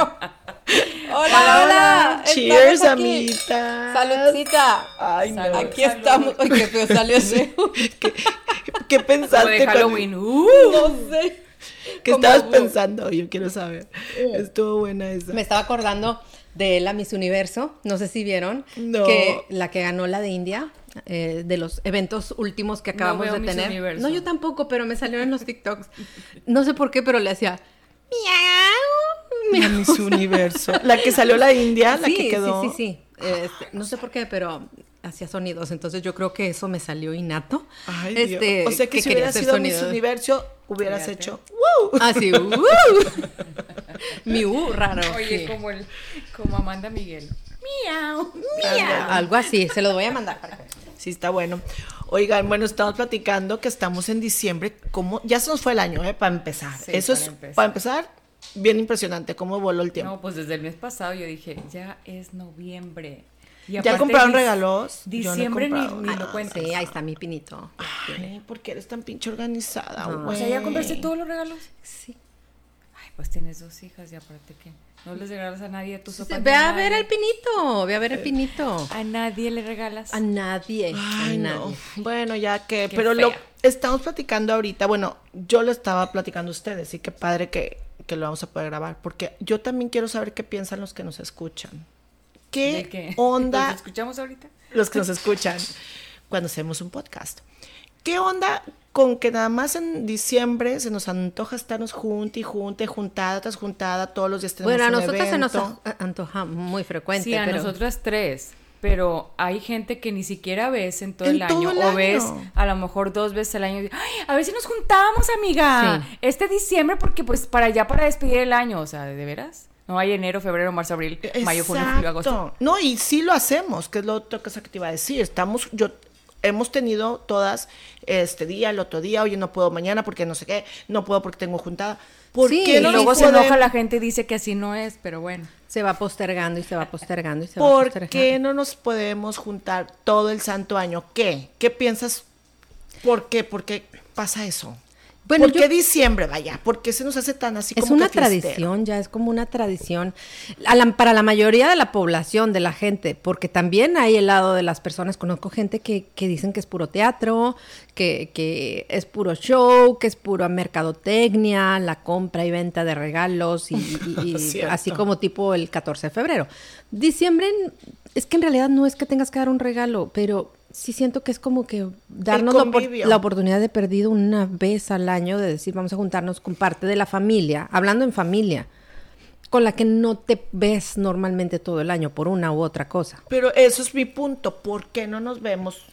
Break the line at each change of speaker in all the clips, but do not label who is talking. Hola, hola. hola.
Cheers,
Estamos aquí.
amiguita.
Saludcita.
Ay, no.
Aquí estamos. Ay, qué feo salió ese.
¿Qué
Como de
pensaste? cuando-
Halloween. ¡Uh!
No sé.
¿Qué
Como-
estabas pensando? Yo quiero saber. Estuvo buena esa.
Eh. Me estaba acordando de la Miss Universo, no sé si vieron,
No.
que la que ganó la de India, eh, de los eventos últimos que
No
acabamos
veo
de
Miss
tener.
Universo.
No, yo tampoco, pero me salieron en los TikToks. No sé por qué, pero le hacía miau.
La
miau".
Miss Universo. La que salió la India, la
sí,
que quedó.
sí, sí, sí. Este, no sé por qué, pero hacía sonidos, entonces yo creo que eso me salió innato.
Ay,
Este,
Dios. O sea que, si
quería
hubiera
hacer
sido Miss
sonidos.
Universo, hubieras
Fíjate.
hecho. ¡Wow!
Así, ¡uh! Mi uh raro.
Oye,
sí.
como, el, como Amanda Miguel. ¡Miau!
Algo así, se los voy a mandar para que vean.
Sí, está bueno. Oigan, bueno, estamos platicando que estamos en diciembre. ¿Cómo? Ya se nos fue el año, ¿eh? Para empezar.
Sí,
Eso
para
es,
empezar.
para empezar, bien impresionante, cómo voló el tiempo.
No, pues desde el mes pasado yo dije, ya es noviembre. Y
¿Ya
aparte
compraron
dic-
regalos? Yo no he
Diciembre ni-
comprado
ni,
nada.
lo cuentas.
Ah, Sí, ahí está mi pinito.
Ay, ¿por qué eres tan pinche organizada, güey?
O sea, ¿ya compraste todos los regalos?
Sí.
Ay, pues tienes dos hijas y aparte que no les regalas a nadie tus sopas.
Ve
ni
a
nada.
ver al pinito, ve a
Eh.
ver al pinito.
A nadie le regalas.
A nadie,
Ay,
a
no. Este
nadie.
Bueno, ya que,
Qué
pero lo
fea.
estamos platicando ahorita. Bueno, yo lo estaba platicando a ustedes, y qué padre que, que lo vamos a poder grabar, porque yo también quiero saber qué piensan los que nos escuchan. ¿Qué,
¿De qué? ¿Los
onda
escuchamos ahorita?
los que nos escuchan cuando hacemos un podcast? ¿Qué onda con que nada más en diciembre se nos antoja estarnos juntos y junta y juntada tras juntada todos los días tenemos
Bueno, a
un
nosotros se nos
evento?
a- antoja muy frecuente,
Sí, a
pero
nosotras tres. Pero hay gente que ni siquiera ves en todo
En
el
todo
año.
el
O ves
año.
a lo mejor dos veces al año. y, "Ay, a ver si nos juntamos, amiga.
Sí.
Este diciembre, porque pues para allá, para despedir el año. O sea, ¿de veras? No hay enero, febrero, marzo, abril, mayo, junio, julio, agosto.
Exacto. No, y sí lo hacemos, que es lo otra cosa que te iba a decir. Estamos, yo, hemos tenido todas este día, el otro día, oye, no puedo mañana porque no sé qué, no puedo porque tengo juntada. ¿Por
Sí,
qué
Y
no
luego
nos
se enoja
podemos-
la gente y dice que así no es, pero bueno.
se va postergando y se va postergando y se va
¿Por
postergando.
qué no nos podemos juntar todo el santo año? ¿Qué? ¿Qué piensas? ¿Por qué? ¿Por qué pasa eso?
Bueno,
¿Por
yo-
qué diciembre, vaya? ¿Por qué se nos hace tan así
Es
como
una
que fiestero?
tradición, ya es como una tradición A la- para la mayoría de la población, de la gente, porque también hay el lado de las personas, conozco gente que, que dicen que es puro teatro, que, que es puro show, que es puro mercadotecnia, la compra y venta de regalos, y, y- y
Cierto.
así como tipo el 14 de febrero. Diciembre en- es que en realidad no es que tengas que dar un regalo, pero... Sí siento que es como que darnos la, opor-
convivio.
la oportunidad de perdido una vez al año de decir vamos a juntarnos con parte de la familia, hablando en familia, con la que no te ves normalmente todo el año por una u otra cosa.
Pero eso es mi punto. ¿Por qué no nos vemos?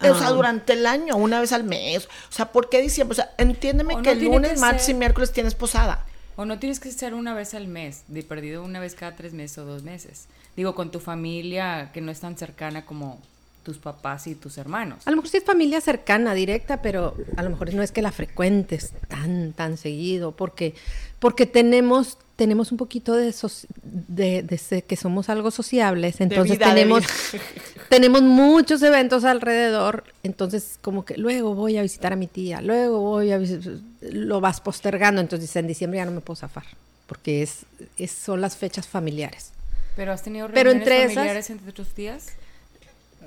O sea,
Ah.
durante el año, una vez al mes. O sea, ¿por qué diciembre? O sea, entiéndeme
O no
que el
tiene
lunes,
que
martes
ser.
y miércoles tienes posada.
O no tienes que ser una vez al mes, de perdido una vez cada tres meses o dos meses. Digo, con tu familia que no es tan cercana como tus papás y tus hermanos.
A lo mejor sí es familia cercana, directa, pero a lo mejor no es que la frecuentes tan, tan seguido, porque, porque tenemos, tenemos un poquito de, soci- de, de ser- que somos algo sociables, entonces
vida, de
tenemos,
vida.
tenemos muchos eventos alrededor, entonces como que luego voy a visitar a mi tía, luego voy a visitar, lo vas postergando, entonces dices, en diciembre ya no me puedo zafar, porque es, es- son las fechas familiares.
Pero has tenido
Pero
reuniones
entre esas-
familiares entre tus tías.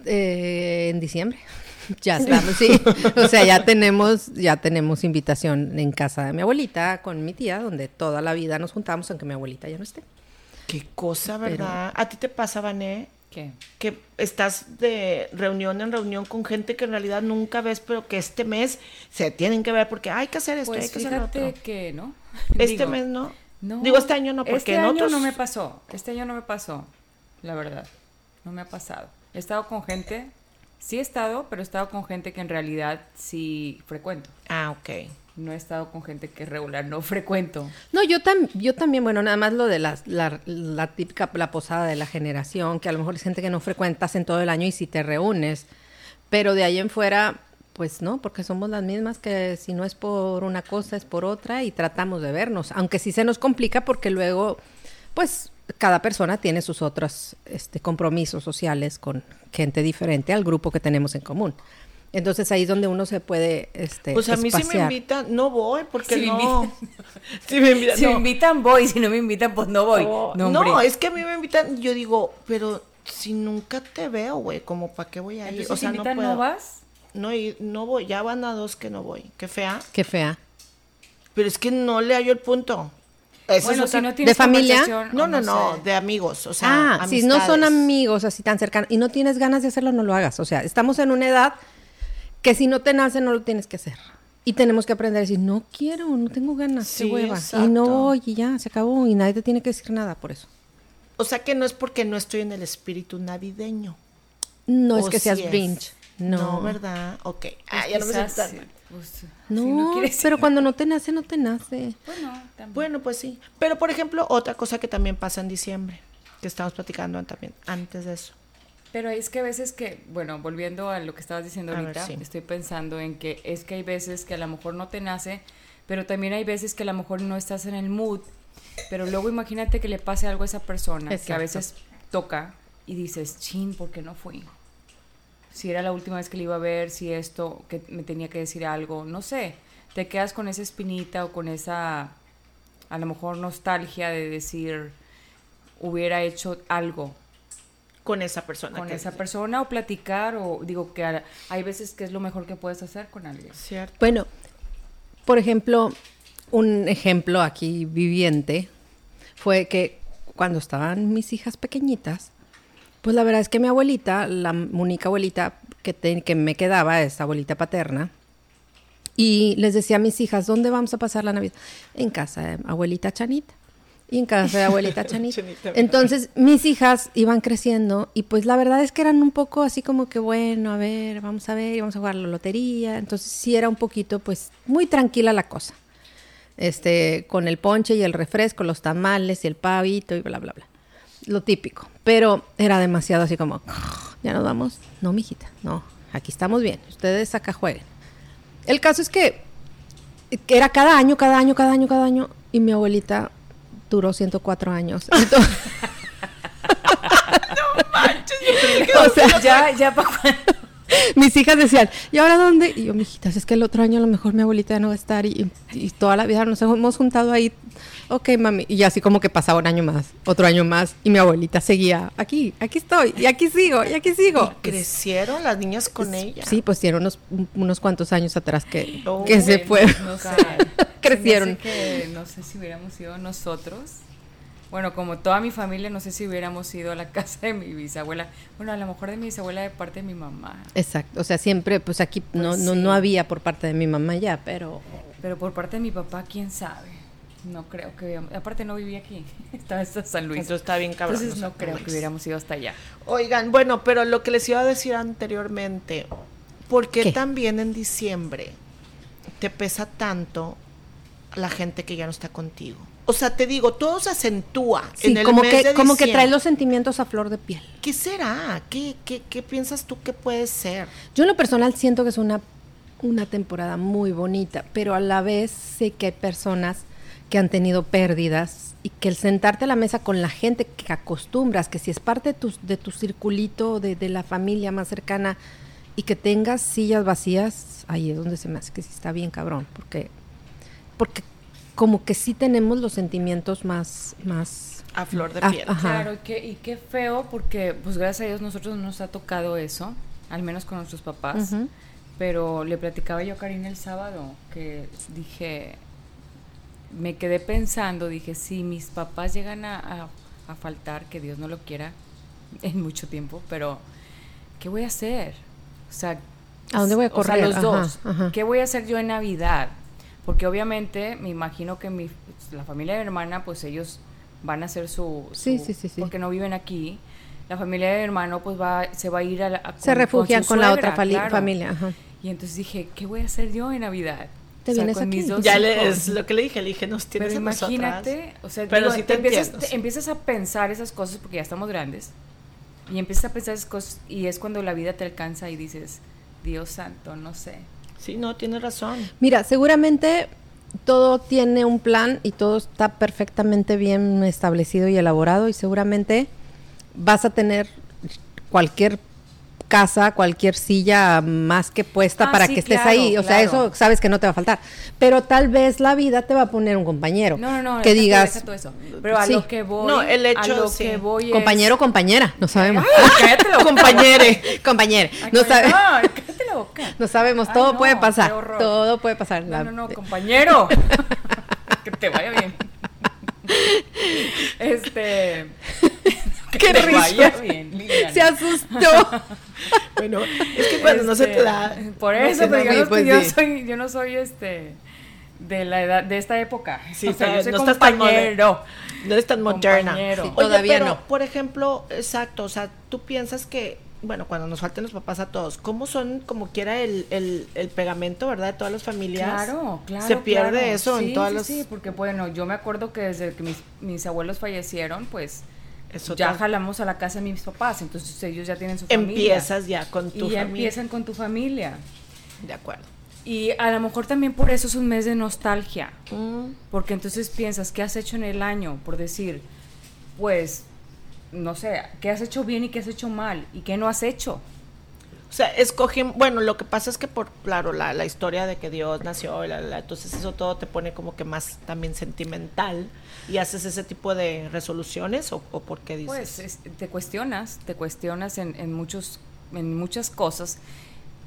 Eh, en diciembre. Ya estamos, sí. O sea, ya tenemos, ya tenemos invitación en casa de mi abuelita con mi tía, donde toda la vida nos juntamos, aunque mi abuelita ya no esté.
Qué cosa, ¿verdad? ¿A ti te pasa, Vané?
¿Qué?
Que estás de reunión en reunión con gente que en realidad nunca ves, pero que este mes se tienen que ver porque hay que hacer esto, hay
Pues
que hacer lo
fíjate
otro.
que no.
Este
Digo,
mes no.
no.
Digo, este año no, porque
Este
en
año
otros-
no me pasó. Este año no me pasó, la verdad. No me ha pasado. He estado con gente, sí he estado, pero he estado con gente que en realidad sí frecuento.
Ah, ok.
No he estado con gente que regular no frecuento.
No, yo, tam- yo también, bueno, nada más lo de las- la, la típica, la posada de la generación, que a lo mejor es gente que no frecuentas en todo el año y si te reúnes, pero de ahí en fuera, pues no, porque somos las mismas que si no es por una cosa, es por otra y tratamos de vernos, aunque sí se nos complica porque luego, pues cada persona tiene sus otros este, compromisos sociales con gente diferente al grupo que tenemos en común. Entonces ahí es donde uno se puede, este,
Pues a mí si me
espaciar.
invitan, no voy, porque
Si me
no. si me invitan,
Si me
no.
invitan, voy. Si no me invitan, pues no voy.
Oh,
no,
no,
hombre.
es que a mí me invitan, yo digo, pero si nunca te veo, güey, como para qué voy a ir.
Entonces,
o
si
sea,
te
no
invitan,
puedo.
no vas.
No ir, no voy, ya van a dos que no voy. Qué fea.
Qué fea.
Pero es que no le hallo el punto. Eso
Bueno,
es otra-
si no tienes
¿De familia?
conversación,
No,
o
no, no,
sé.
de amigos, o sea,
Ah, si no son
amistades.
amigos así tan cercanos y no tienes ganas de hacerlo, no lo hagas. O sea, estamos en una edad que si no te nace, no lo tienes que hacer. Y tenemos que aprender a decir, no quiero, no tengo ganas,
Sí,
qué hueva.
exacto.
Y no voy, y ya, se acabó. Y nadie te tiene que decir nada por eso.
O sea que no es porque no estoy en el espíritu navideño.
No es
¿O
que seas
sí es?
Grinch. No.
¿verdad? Ok. Ah,
Pues
ya no me siento
quizás,
tan-
pues,
No,
si no quieres-
pero cuando no te nace, no te nace.
Bueno, también.
Bueno, pues sí. Pero por ejemplo, otra cosa que también pasa en diciembre, que estábamos platicando an- también antes de eso.
Pero es que a veces que, bueno, volviendo a lo que estabas diciendo
A ver,
ahorita,
sí.
estoy pensando en que es que hay veces que a lo mejor no te nace, pero también hay veces que a lo mejor no estás en el mood, pero luego imagínate que le pase algo a esa persona que a
Exacto.
veces toca y dices, chin, ¿por qué no fui? Si era la última vez que le iba a ver, si esto, que me tenía que decir algo, no sé. Te quedas con esa espinita o con esa, a lo mejor, nostalgia de decir, hubiera hecho algo,
Con esa persona.
con
que-
esa persona o platicar o digo que a- hay veces que es lo mejor que puedes hacer con alguien.
Cierto.
Bueno, por ejemplo, un ejemplo aquí viviente fue que cuando estaban mis hijas pequeñitas, pues la verdad es que mi abuelita, la única abuelita que, te- que me quedaba, es abuelita paterna, y les decía a mis hijas, ¿dónde vamos a pasar la Navidad? En casa de abuelita Chanita. Y en casa de abuelita Chanita.
Chanita, ¿verdad?
Entonces, mis hijas iban creciendo y pues la verdad es que eran un poco así como que, bueno, a ver, vamos a ver, y vamos a jugar la lotería. Entonces, sí era un poquito, pues, muy tranquila la cosa. Este, con el ponche y el refresco, los tamales y el pavito y bla, bla, bla. Lo típico. Pero era demasiado así como, "Ah, ya nos vamos. No, mijita, no. Aquí estamos bien. Ustedes acá jueguen. El caso es que, que era cada año, cada año, cada año, cada año. Y mi abuelita duró 104 años. Entonces, o sea,
Ya, ya pa' cuando-
mis hijas decían, ¿y ahora dónde? Y yo, mijitas, es que el otro año a lo mejor mi abuelita ya no va a estar y, y toda la vida nos hemos juntado ahí. Ok, mami. Y así como que pasaba un año más, otro año más, y mi abuelita seguía aquí, aquí estoy, y aquí sigo, y aquí sigo.
Crecieron las niñas con ella.
Pues Sí, pues tiene unos, unos cuantos años atrás que,
Oh,
que se
Bueno,
fue.
no sé.
Crecieron.
Se me hace que no sé si hubiéramos ido nosotros. Bueno, como toda mi familia, no sé si hubiéramos ido a la casa de mi bisabuela. Bueno, a lo mejor de mi bisabuela de parte de mi mamá,
Exacto, o sea, siempre, pues aquí no,
Pues
no,
sí.
no había por parte de mi mamá ya, pero
pero por parte de mi papá, quién sabe. No creo que hubiéramos. Aparte, no vivía aquí. Estaba en San Luis.
Entonces está bien cabrón.
Entonces,
o sea,
no creo que
mames.
hubiéramos ido hasta allá.
Oigan, bueno, pero lo que les iba a decir anteriormente, ¿por qué,
¿Qué?
también en diciembre te pesa tanto la gente que ya no está contigo? O sea, te digo, todo se acentúa
sí,
en el
como
mes
que,
de
como que trae
diciembre.
los sentimientos a flor de piel.
¿Qué será? ¿Qué, qué, ¿Qué piensas tú que puede ser?
Yo en lo personal siento que es una, una temporada muy bonita, pero a la vez sé que hay personas que han tenido pérdidas y que el sentarte a la mesa con la gente que acostumbras, que si es parte de tu, de tu circulito, de, de la familia más cercana y que tengas sillas vacías, ahí es donde se me hace que sí está bien cabrón, porque, porque como que sí tenemos los sentimientos más... más
A flor de
Ah,
piel.
ajá.
Claro, y qué, y qué feo, porque pues gracias a Dios nosotros nos ha tocado eso, al menos con nuestros papás.
Ujú.
Pero le platicaba yo a Karina el sábado que dije, me quedé pensando, dije, si mis papás llegan a, a- a faltar, que Dios no lo quiera, en mucho tiempo, pero ¿qué voy a hacer? O sea,
¿A dónde voy a
o sea,
correr?
los
Ajá,
dos.
ajá.
¿Qué voy a hacer yo en Navidad? Porque obviamente me imagino que mi, la familia de mi hermana, pues ellos van a hacer su...
Sí,
su-
sí, sí, sí.
Porque no viven aquí. La familia de mi hermano, pues va, se va a ir a la... a-
Se
con-
refugian
su
con, la otra
suegra,
fali-
claro.
familia. ajá.
Y entonces dije, ¿qué voy a hacer yo en Navidad?
Te vienes
con
aquí.
mis dos
Ya le-
hijos.
es lo que le dije, le dije, nos tienes
Pero
a nosotras.
imagínate, o sea,
pero
digo,
sí te,
te empiezas,
entiendo.
te empiezas a pensar esas cosas porque ya estamos grandes. Y empiezas a pensar esas cosas y es cuando la vida te alcanza y dices, Dios santo, no sé.
Sí, no, tienes razón.
Mira, seguramente todo tiene un plan y todo está perfectamente bien establecido y elaborado y seguramente vas a tener cualquier casa cualquier silla más que puesta
Ah,
para
sí,
que estés
claro,
ahí. O sea,
claro.
eso sabes que no te va a faltar. Pero tal vez la vida te va a poner un compañero.
No, no, no.
Que
deja tú,
digas,
deja tú eso. Pero a
sí.
lo que voy.
No, el
a
hecho,
lo
sí.
que voy es-
compañero o compañera, no sabemos.
Ay, cállate la boca.
compañere, compañere.
Ay,
No,
coño,
sabe-
ay, cállate la boca.
no sabemos,
Ay,
todo
no,
puede
qué
pasar.
horror.
Todo puede pasar.
No,
La-
no, no, compañero. que te vaya bien. Este. Que
Qué
te
risa.
vaya bien, Liliana.
Se asustó.
Bueno, es que cuando no se
Este,
te da.
Por
no
eso,
se
pero
da
digamos
sí,
bien.
pues
que yo
sí.
soy, yo no soy este de la edad, de esta época.
Sí,
o sea,
está-
yo soy
no estás tan
compañero.
No eres tan moderna.
Compañero. Sí,
Oye,
todavía
pero,
no.
Por ejemplo, exacto, o sea, tú piensas que, bueno, cuando nos falten los papás a todos, ¿cómo son como quiera el, el, el pegamento, verdad? De todas las familias.
Claro, claro.
Se pierde
claro.
eso en
Sí,
todas
sí,
las.
Sí, porque bueno, yo me acuerdo que desde que mis, mis abuelos fallecieron, pues
es
ya
otra-
jalamos a la casa de mis papás, entonces ellos ya tienen su familia.
empiezas ya con
y
tu
ya
familia.
empiezan con tu familia.
De acuerdo.
Y a lo mejor también por eso es un mes de nostalgia.
Mm.
Porque entonces piensas, ¿qué has hecho en el año? Por decir, pues, no sé, ¿qué has hecho bien y qué has hecho mal? ¿Y qué no has hecho?
O sea, escogen, bueno, lo que pasa es que por, claro, la, la historia de que Dios nació, y la, la, la, entonces eso todo te pone como que más también sentimental y haces ese tipo de resoluciones o, o por qué dices.
Pues es- te cuestionas, te cuestionas en, en muchos, en muchas cosas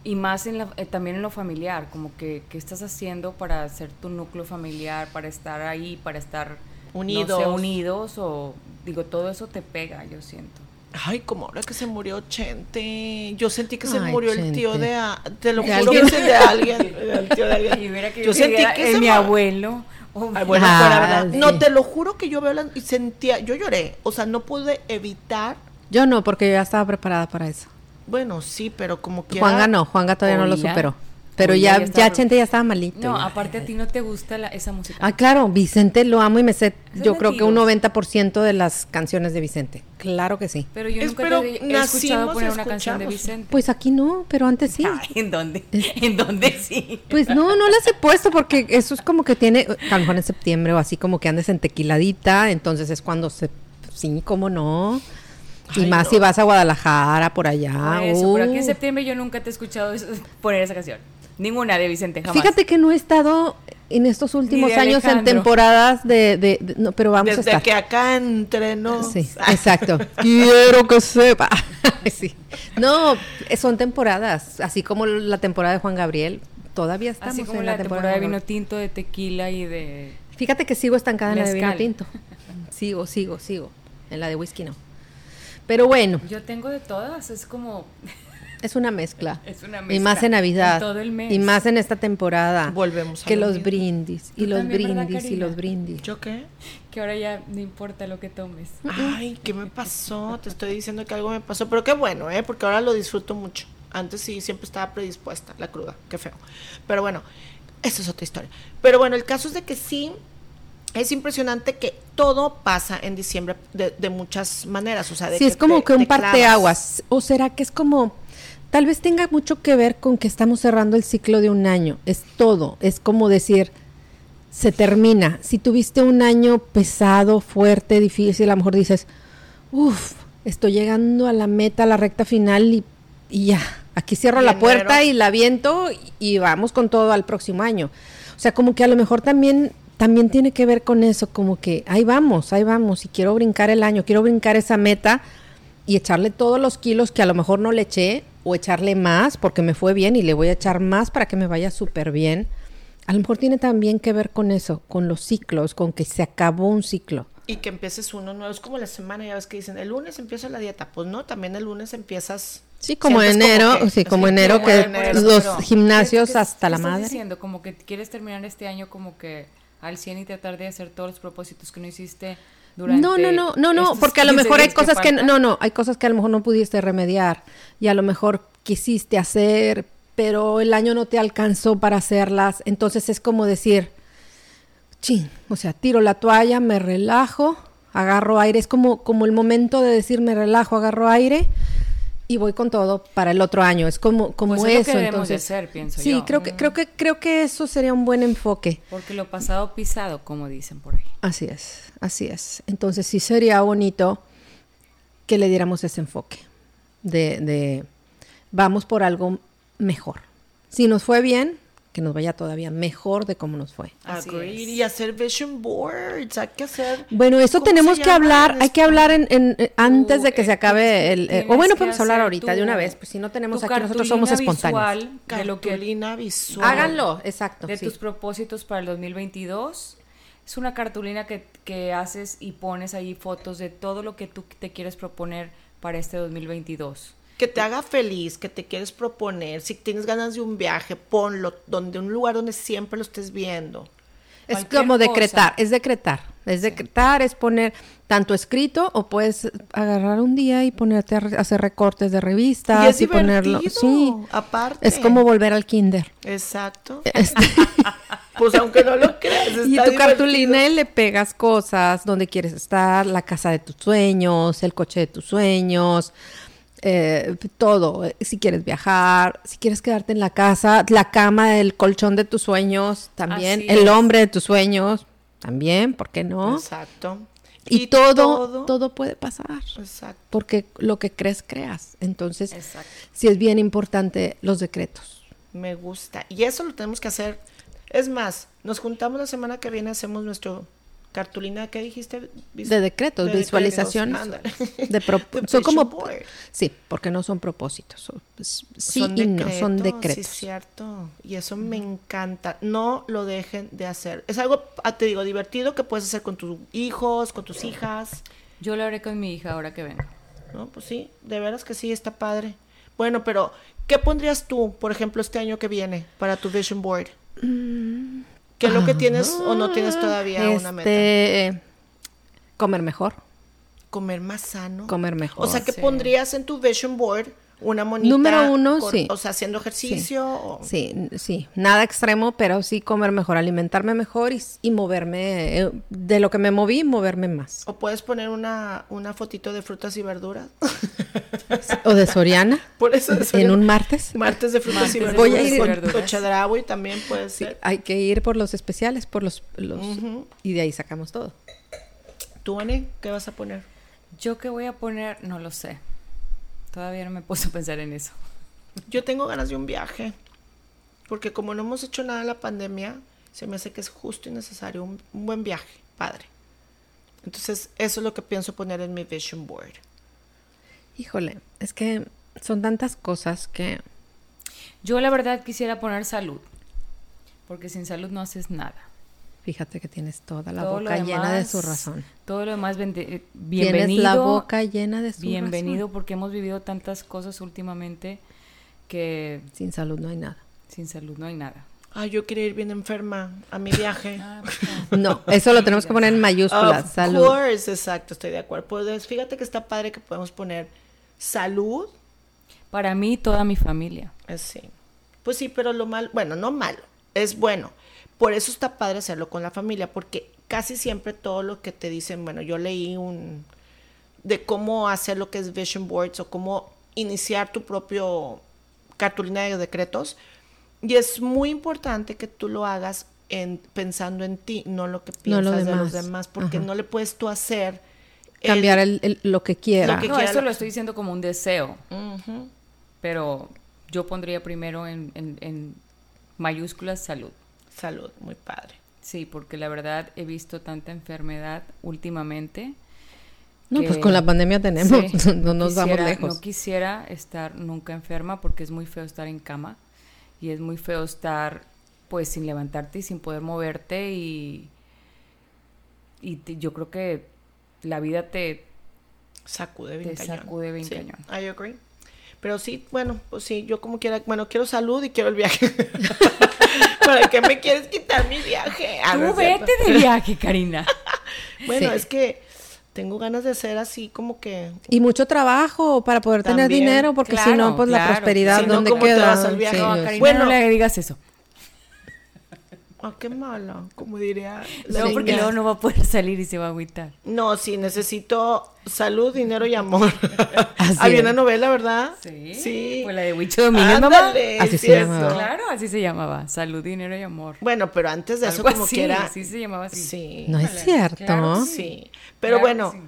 y más en la- eh, también en lo familiar, como que qué estás haciendo para hacer tu núcleo familiar, para estar ahí, para estar no sé,
Unidos.
unidos o digo todo eso te pega, yo siento.
Ay, como ahora que se murió Chente. Yo sentí que se
Ay,
murió el
Chente.
tío de. a- Te lo
De
juro que
alguien.
se- de alguien. el tío de alguien.
Y hubiera que
yo sentí
viviera
que
en
se
mi
ma-
abuelo. Oh, o-
Ay, bueno,
Ah,
fuera verdad.
sí.
No, te lo juro que yo veo la- y sentía. Yo lloré. O sea, no pude evitar.
Yo no, porque yo ya estaba preparada para eso.
Bueno, sí, pero como que.
Juanga no, Juanga todavía no lo
Oila.
superó. Pero
Oila,
ya,
ya
ya,
estaba-
Chente ya estaba malito.
no,
ya.
aparte a ti no te gusta la- esa música.
Ah, claro, Vicente lo amo y me sé,
Ese
yo
es
creo que un
latido.
90% de las canciones de Vicente. Claro que sí.
pero yo
es-
nunca
pero
te he escuchado
nacimos,
poner una canción de
escuchamos.
Vicente.
Pues aquí no, pero antes Pues sí.
Ay, ¿En dónde? ¿En dónde sí?
Pues no, no las he puesto porque eso es como que tiene, a lo mejor en septiembre o así como que andes en tequiladita, entonces es cuando se, sí, cómo no. Y
Ay,
más
no.
si vas a Guadalajara, por allá.
Por eso, pero aquí en
uh.
septiembre yo nunca te he escuchado eso- poner esa canción. Ninguna de Vicente, jamás.
Fíjate que no he estado en estos últimos años en
Alejandro.
temporadas de, de- de- no, pero vamos a
Desde
estar.
que acá Ah, entrenó.
Sí, exacto. Quiero que sepa. Sí. No, eh, son temporadas, así como la temporada de Juan Gabriel, todavía estamos
Así como
en
la, temporada de
Juan
vino
Gabriel.
tinto, de tequila y de...
Fíjate que sigo estancada en la de vino
Mezcal.
tinto. Sigo, sigo, sigo. En la de whisky no. Pero bueno,
Yo tengo de todas, es como...
es una mezcla.
Es una
Y
mezcla.
más en Navidad.
En todo el mes.
Y más en esta temporada.
Volvemos a
Que
lo
los
mismo.
brindis. Y
Tú
los
también, ¿verdad,
brindis. Y
Karina?
los brindis.
¿Yo qué?
Que ahora ya no importa lo que tomes.
Mm,
Ay, ¿qué me pasó? Te estoy diciendo que algo me pasó, pero qué bueno, ¿eh? Porque ahora lo disfruto mucho. Antes sí, siempre estaba predispuesta, la cruda, qué feo. Pero bueno, esa es otra historia. Pero bueno, el caso es de que sí, es impresionante que todo pasa en diciembre de, de muchas maneras. O sea, de
Sí, es como
te-
que un
te clavas.
parteaguas. ¿O será que es como.? Tal vez tenga mucho que ver con que estamos cerrando el ciclo de un año. Es todo. Es como decir. Se termina. Si tuviste un año pesado, fuerte, difícil, a lo mejor dices. Uf, estoy llegando a la meta, a la recta final y, y ya. Aquí cierro
Y
la
enero.
puerta y la viento y vamos con todo al próximo año. O sea, como que a lo mejor también, también tiene que ver con eso, como que ahí vamos, ahí vamos, y quiero brincar el año, quiero brincar esa meta y echarle todos los kilos que a lo mejor no le eché o echarle más porque me fue bien y le voy a echar más para que me vaya súper bien. A lo mejor tiene también que ver con eso, con los ciclos, con que se acabó un ciclo.
Y que empieces uno nuevo. Es como la semana, ya ves que dicen, el lunes empieza la dieta. Pues no, también el lunes empiezas.
Sí, como
sientes
enero,
que-
sí, como
así,
enero
como
que pues,
enero,
los
pero-
gimnasios
¿Qué- qué-
hasta
qué
la
estás
madre.
diciendo? Como que quieres terminar este año como que al 100 y tratar de hacer todos los propósitos que no hiciste durante...
No, no, no, no, no,
estos
porque a lo
15
mejor hay
días
cosas que,
faltan.
no, no, hay cosas que a lo mejor no pudiste remediar y a lo mejor quisiste hacer, pero el año no te alcanzó para hacerlas, entonces es como decir, chin, o sea, tiro la toalla, me relajo, agarro aire, es como como el momento de decir me relajo, agarro aire y voy con todo para el otro año, es como como
Pues es lo
eso,
que debemos de
entonces.
hacer, pienso
sí,
yo.
creo que creo que creo que eso sería un buen enfoque.
Porque lo pasado pisado, como dicen por ahí.
Así es, así es. Entonces sí sería bonito que le diéramos ese enfoque de, de, vamos por algo mejor. Si nos fue bien, que nos vaya todavía mejor de cómo nos fue.
Así
Agreed.
es.
Y hacer vision boards, hay que hacer.
Bueno, eso
¿Cómo
tenemos
se
que
llama
hablar,
en
hay que hablar en,
español?
en- eh, antes de que
Tú,
se
eh,
acabe el... eh, o
tienes
bueno,
que
podemos hablar
hacer
ahorita
tu-
de una vez, pues si no tenemos
tu
aquí, nosotros somos
cartulina
espontáneos.
visual
Este,
De lo que
Cartulina visual.
Háganlo, exacto.
de
sí.
tus propósitos para el 2022. Es una cartulina que, que haces y pones ahí fotos de todo lo que tú te quieres proponer para este 2022.
Que te haga feliz, que te quieres proponer. Si tienes ganas de un viaje, ponlo donde un lugar donde siempre lo estés viendo.
Es
cualquier
como decretar,
cosa.
es decretar. Es decretar, es poner tanto escrito o puedes agarrar un día y ponerte a re- hacer recortes de revistas
Y es
ponerlo.
divertido,
Sí,
aparte.
es como volver al kinder.
Exacto.
Este,
Pues aunque no lo creas, está
y tu
divertido.
cartulina y le pegas cosas donde quieres estar, la casa de tus sueños, el coche de tus sueños, eh, todo. Eh, Si quieres viajar, si quieres quedarte en la casa, la cama, el colchón de tus sueños, también
Así
el
es.
hombre de tus sueños, también, ¿por qué no?
Exacto.
Y, todo, todo, puede pasar.
Exacto.
Porque lo que crees, creas. Entonces,
Exacto.
sí es bien importante los decretos.
Me gusta. Y eso lo tenemos que hacer. Es más, nos juntamos la semana que viene, hacemos nuestro cartulina, ¿qué dijiste? Vis-
De decretos,
de
visualizaciones.
ándale.
De pro-
De
son como.
vision board.
Sí, porque no son propósitos. son- pues, sí
Son
y no, son
Sí,
decretos.
cierto. Y eso me encanta. No lo dejen de hacer. Es algo, ah, te digo, divertido que puedes hacer con tus hijos, con tus hijas.
Yo lo haré con mi hija ahora que venga.
No, pues sí, de veras que sí, está padre. Bueno, pero ¿qué pondrías tú, por ejemplo, este año que viene para tu vision board? ¿Qué es lo que tienes o no tienes todavía una
Mm. Ah.
meta?
Este, Comer mejor.
Comer más sano.
Comer mejor,
O sea, ¿qué
sí.
pondrías en tu vision board? Una monita.
Número uno, sí.
O sea, haciendo ejercicio. o-
Sí, n- sí, nada extremo, pero sí comer mejor, alimentarme mejor y, s- y moverme, eh, de lo que me moví, moverme más.
O puedes poner una, una fotito de frutas y verduras.
O de Soriana.
Por eso de
En
Soriana.
un martes.
Martes de frutas y
Martes de
verduras.
frutas y
con-
verduras.
Con chedraui también puede
Sí,
ser.
hay que ir por los especiales, por los, los y de ahí sacamos todo.
¿Tú, Ane, qué vas a poner?
¿Yo qué voy a poner? No lo sé. Todavía no me puse a pensar en eso.
Yo tengo ganas de un viaje. Porque como no hemos hecho nada en la pandemia, se me hace que es justo y necesario un, un buen viaje, padre. Entonces, eso es lo que pienso poner en mi vision board.
Híjole, es que son tantas cosas que
Yo la verdad quisiera poner salud. Porque sin salud no haces nada.
fíjate que tienes toda la
Todo lo
boca llena de
demás-
su razón.
Todo lo demás, bende-
Tienes
bienvenido.
la boca llena de su
Bienvenido
razón.
porque hemos vivido tantas cosas últimamente que
Sin salud no hay nada.
sin salud no hay nada.
Ay, Ah, yo quería ir bien enferma a mi viaje.
Ah,
No, eso lo tenemos que poner en mayúsculas.
Of
salud.
course, exacto, estoy de acuerdo. Pues fíjate que está padre que podemos poner salud,
Para mí, toda mi familia.
así. Eh, Pues sí, pero lo malo, bueno, no malo, es bueno. Por eso está padre hacerlo con la familia, porque casi siempre todo lo que te dicen, bueno, yo leí un de cómo hacer lo que es vision boards o cómo iniciar tu propio cartulina de decretos. Y es muy importante que tú lo hagas en, pensando en ti, no lo que
No
piensas
lo
de
demás.
los demás, porque
Ajá.
no le puedes tú hacer el-
Cambiar el, el- lo que quiera.
Lo que-
Ah. No,
quiera
esto
la-
lo estoy diciendo como un deseo. Pero yo pondría primero en, en- en mayúsculas salud.
Salud, muy padre.
Sí, porque la verdad he visto tanta enfermedad últimamente.
no,
que-
pues con la pandemia tenemos,
Sí,
no nos vamos
quisiera-
lejos.
No quisiera estar nunca enferma porque es muy feo estar en cama y es muy feo estar pues sin levantarte y sin poder moverte y, y te- yo creo que la vida te...
Sacude bien
Te
cañón.
sacude bien
Sí,
cañón.
I agree. Pero sí, bueno, pues sí, yo como quiera, bueno, quiero salud y quiero el viaje. ¿Para qué me quieres quitar mi viaje? Ah, no
Tú
es cierto.
vete de viaje, Karina.
Bueno,
Sí.
es que tengo ganas de ser así como que...
Y mucho trabajo para poder tener
También,
dinero, porque si no,
claro,
pues la
claro,
prosperidad,
si no,
¿dónde
¿cómo te
queda?
vas al viaje?
No,
No,
yo
Karina,
sé.
Bueno.
no le digas eso.
Ah, qué mala, como diría. la
No, porque
niña.
luego no va a poder salir y se va a agüitar.
No, sí, necesito salud, dinero y amor.
Así
Había
es.
una novela, ¿verdad?
Pues la de Huicho Domínguez, mamá.
Ándale,
Así
sí,
se llamaba.
eso.
Claro, así se llamaba. Salud, dinero y amor.
Bueno, pero antes de eso,
Algo
como
así,
quiera.
sí se llamaba así.
Sí.
No es cierto.
Claro,
Sí. Pero
Claro
bueno,
que sí.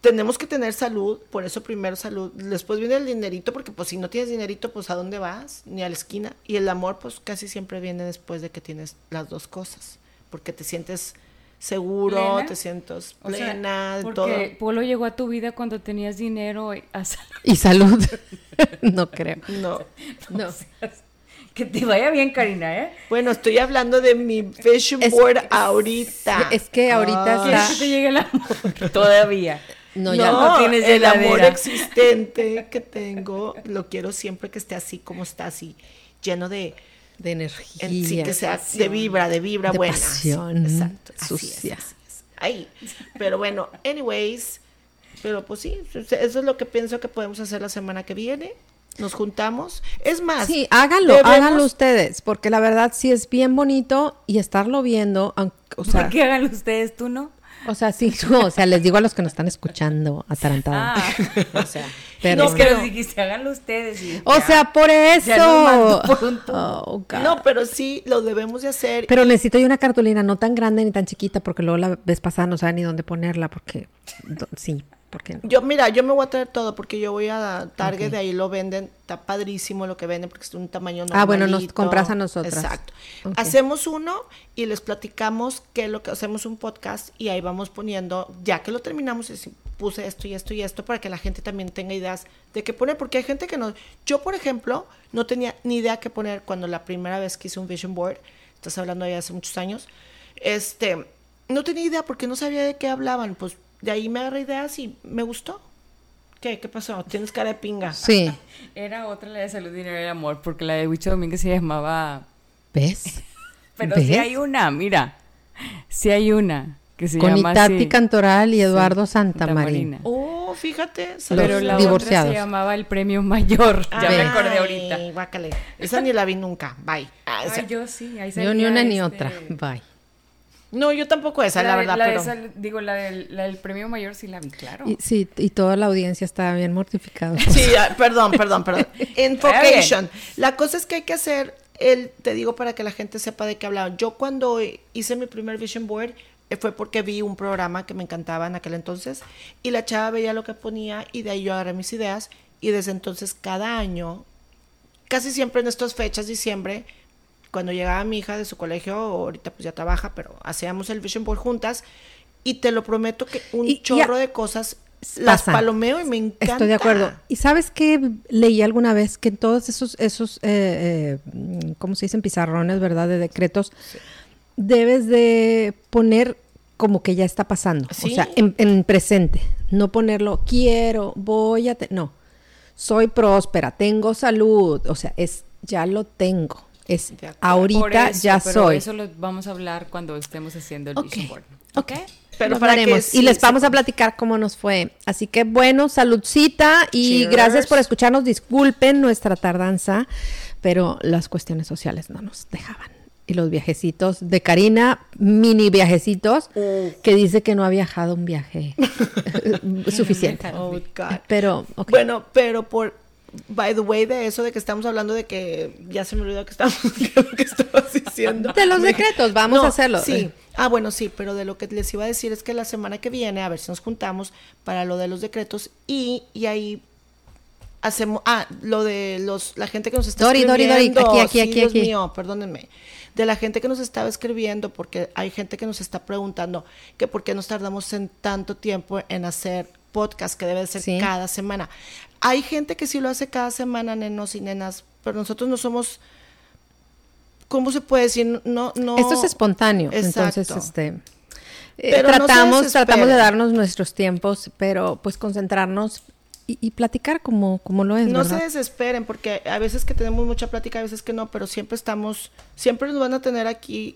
tenemos que tener salud, por eso primero salud, después viene el dinerito, porque pues si no tienes dinerito, pues a dónde vas, ni a la esquina, y el amor pues casi siempre viene después de que tienes las dos cosas, porque te sientes seguro,
¿Plena?
te sientes
O sea,
plena,
porque
todo.
Polo llegó a tu vida cuando tenías dinero y- a sal-
Y salud. no creo.
No.
No.
Que te vaya bien, Karina, ¿eh?
Bueno, estoy hablando de mi vision
Es-
board ahorita.
es que ahorita
Ay.
¿Quieres que te llegue el amor todavía.
No,
No,
ya
no tienes
el
llenadera.
amor existente que tengo, lo quiero siempre que esté así como está, así, lleno de,
de energía.
en- sí, que sea de vibra, de vibra
De
buena.
pasión
Exacto. Así es,
sucia.
así es. Ahí. Pero bueno, anyways, pero pues sí, eso es lo que pienso que podemos hacer la semana que viene. Nos juntamos. Es más,
Sí, háganlo,
debemos-
háganlo ustedes, porque la verdad sí es bien bonito y estarlo viendo, aunque- o sea,
¿Por qué hagan ustedes tú no?
o sea, sí, no, o sea, les digo a los que nos están escuchando atarantados.
Ah,
o sea,
es
perdón.
que nos dijiste, háganlo ustedes. y
o
ya.
sea, por eso.
nos mandó por un
Oh, God.
No, pero sí lo debemos de hacer.
Pero necesito yo una cartulina no tan grande ni tan chiquita, porque luego la vez pasada no sabía ni dónde ponerla, porque do- sí, porque no.
Yo, mira, yo me voy a traer todo porque yo voy a Target, de ahí lo venden, está padrísimo lo que venden porque es un tamaño normalito.
Ah, bueno, nos compras a nosotras.
Exacto.
Ok.
Hacemos uno y les platicamos qué es lo que hacemos un podcast y ahí vamos poniendo, ya que lo terminamos, es- puse esto y esto y esto para que la gente también tenga ideas de qué poner, porque hay gente que no, yo por ejemplo, no tenía ni idea qué poner cuando la primera vez que hice un vision board, estás hablando de hace muchos años, este, no tenía idea porque no sabía de qué hablaban, pues de ahí me agarré ideas y me gustó. ¿Qué? ¿Qué pasó? Tienes cara de pinga.
Sí,
Era otra la de salud, dinero y amor, porque la de Huicho Domínguez se llamaba...
¿ves?
Pero
¿Ves?
sí hay una, mira. Sí hay una que se
Con
llama
Itati
así.
Cantoral y Eduardo Santamarina.
Tamarina.
Oh, fíjate.
Pero
Los
la
divorciados.
otra se llamaba el premio mayor. Ya me
Ven.
acordé ahorita.
Guácale. Esa ni la vi nunca. Bye. Ah, esa-
Ay, yo sí, ahí
Yo ni
salía,
una ni
este,
otra. Bye.
No, yo tampoco esa, la,
de-
verdad,
de
pero.
sal- digo, la del, la del premio mayor sí la vi, claro.
Y, sí, y toda la audiencia estaba bien mortificada.
Sí, ah, perdón, perdón, perdón. Infocation. La cosa es que hay que hacer, el, te digo para que la gente sepa de qué hablaba. Yo cuando hice mi primer vision board eh, fue porque vi un programa que me encantaba en aquel entonces y la chava veía lo que ponía y de ahí yo agarré mis ideas y desde entonces cada año, casi siempre en estas fechas, diciembre, cuando llegaba mi hija de su colegio, ahorita pues ya trabaja, pero hacíamos el vision board juntas y te lo prometo que un
Y- y a-
chorro de cosas las
Pasan.
palomeo y me encanta.
Estoy de acuerdo. ¿Y sabes qué leí alguna vez? Que en todos esos, esos eh, eh, mm, ¿cómo se dicen? Pizarrones, ¿verdad? De decretos, debes de poner como que ya está pasando. O
Sí.
sea, en, en presente. No ponerlo, quiero, voy a... te-". no. Soy próspera, tengo salud. O sea, es ya lo tengo. Es
De acuerdo.
Por
ahorita
eso,
ya
pero
soy.
Eso lo vamos a hablar cuando estemos haciendo el
Ok.
vision board.
Ok.
Pero
Nos
para que
veremos.
sí
y les
se-
vamos a platicar cómo nos fue. Así que bueno, saludcita y
Cheers.
gracias por escucharnos. Disculpen nuestra tardanza, pero las cuestiones sociales no nos dejaban. Y los viajecitos de Karina, mini viajecitos, que dice que no ha viajado un viaje suficiente.
Oh, God.
Pero, ok.
Bueno, pero por by the way de eso de que estamos hablando de que ya se me olvidó que estamos que lo que estabas diciendo.
De los
Me-
decretos, vamos a hacerlo.
Sí. Ah, bueno, sí, pero de lo que les iba a decir es que la semana que viene a ver si nos juntamos para lo de los decretos y, y ahí hacemos ah, lo de los la gente que nos está
Dori, Dori,
escribiendo.
Dori, aquí, aquí, aquí,
sí, Dios
aquí.
mío, perdónenme. De la gente que nos estaba escribiendo porque hay gente que nos está preguntando que por qué nos tardamos en tanto tiempo en hacer podcast que debe de ser
Sí.
cada semana. Hay gente que sí lo hace cada semana, nenos y nenas, pero nosotros no somos ¿Cómo se puede decir? No, no.
Esto es espontáneo, entonces
Exacto.
este eh,
Pero no se
tratamos,
desesperen.
tratamos de darnos nuestros tiempos, pero pues concentrarnos y, y platicar como, como lo es,
No se
¿verdad?
desesperen, porque a veces que tenemos mucha plática, a veces que no, pero siempre estamos, siempre nos van a tener aquí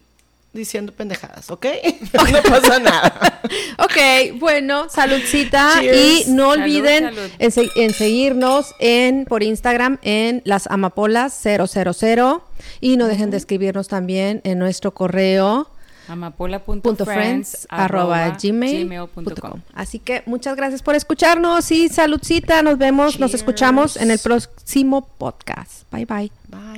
diciendo pendejadas, ¿ok? no pasa nada.
Ok, bueno, saludcita
Cheers.
y no
Salud,
olviden
salud.
En, se- en seguirnos en por Instagram en las amapolas 000 y no dejen de escribirnos también en nuestro correo
amapola.friends.gmail.com
gmail.com Así que muchas gracias por escucharnos y saludcita, nos vemos, nos escuchamos en el
Cheers.
próximo podcast. Bye bye.
Bye.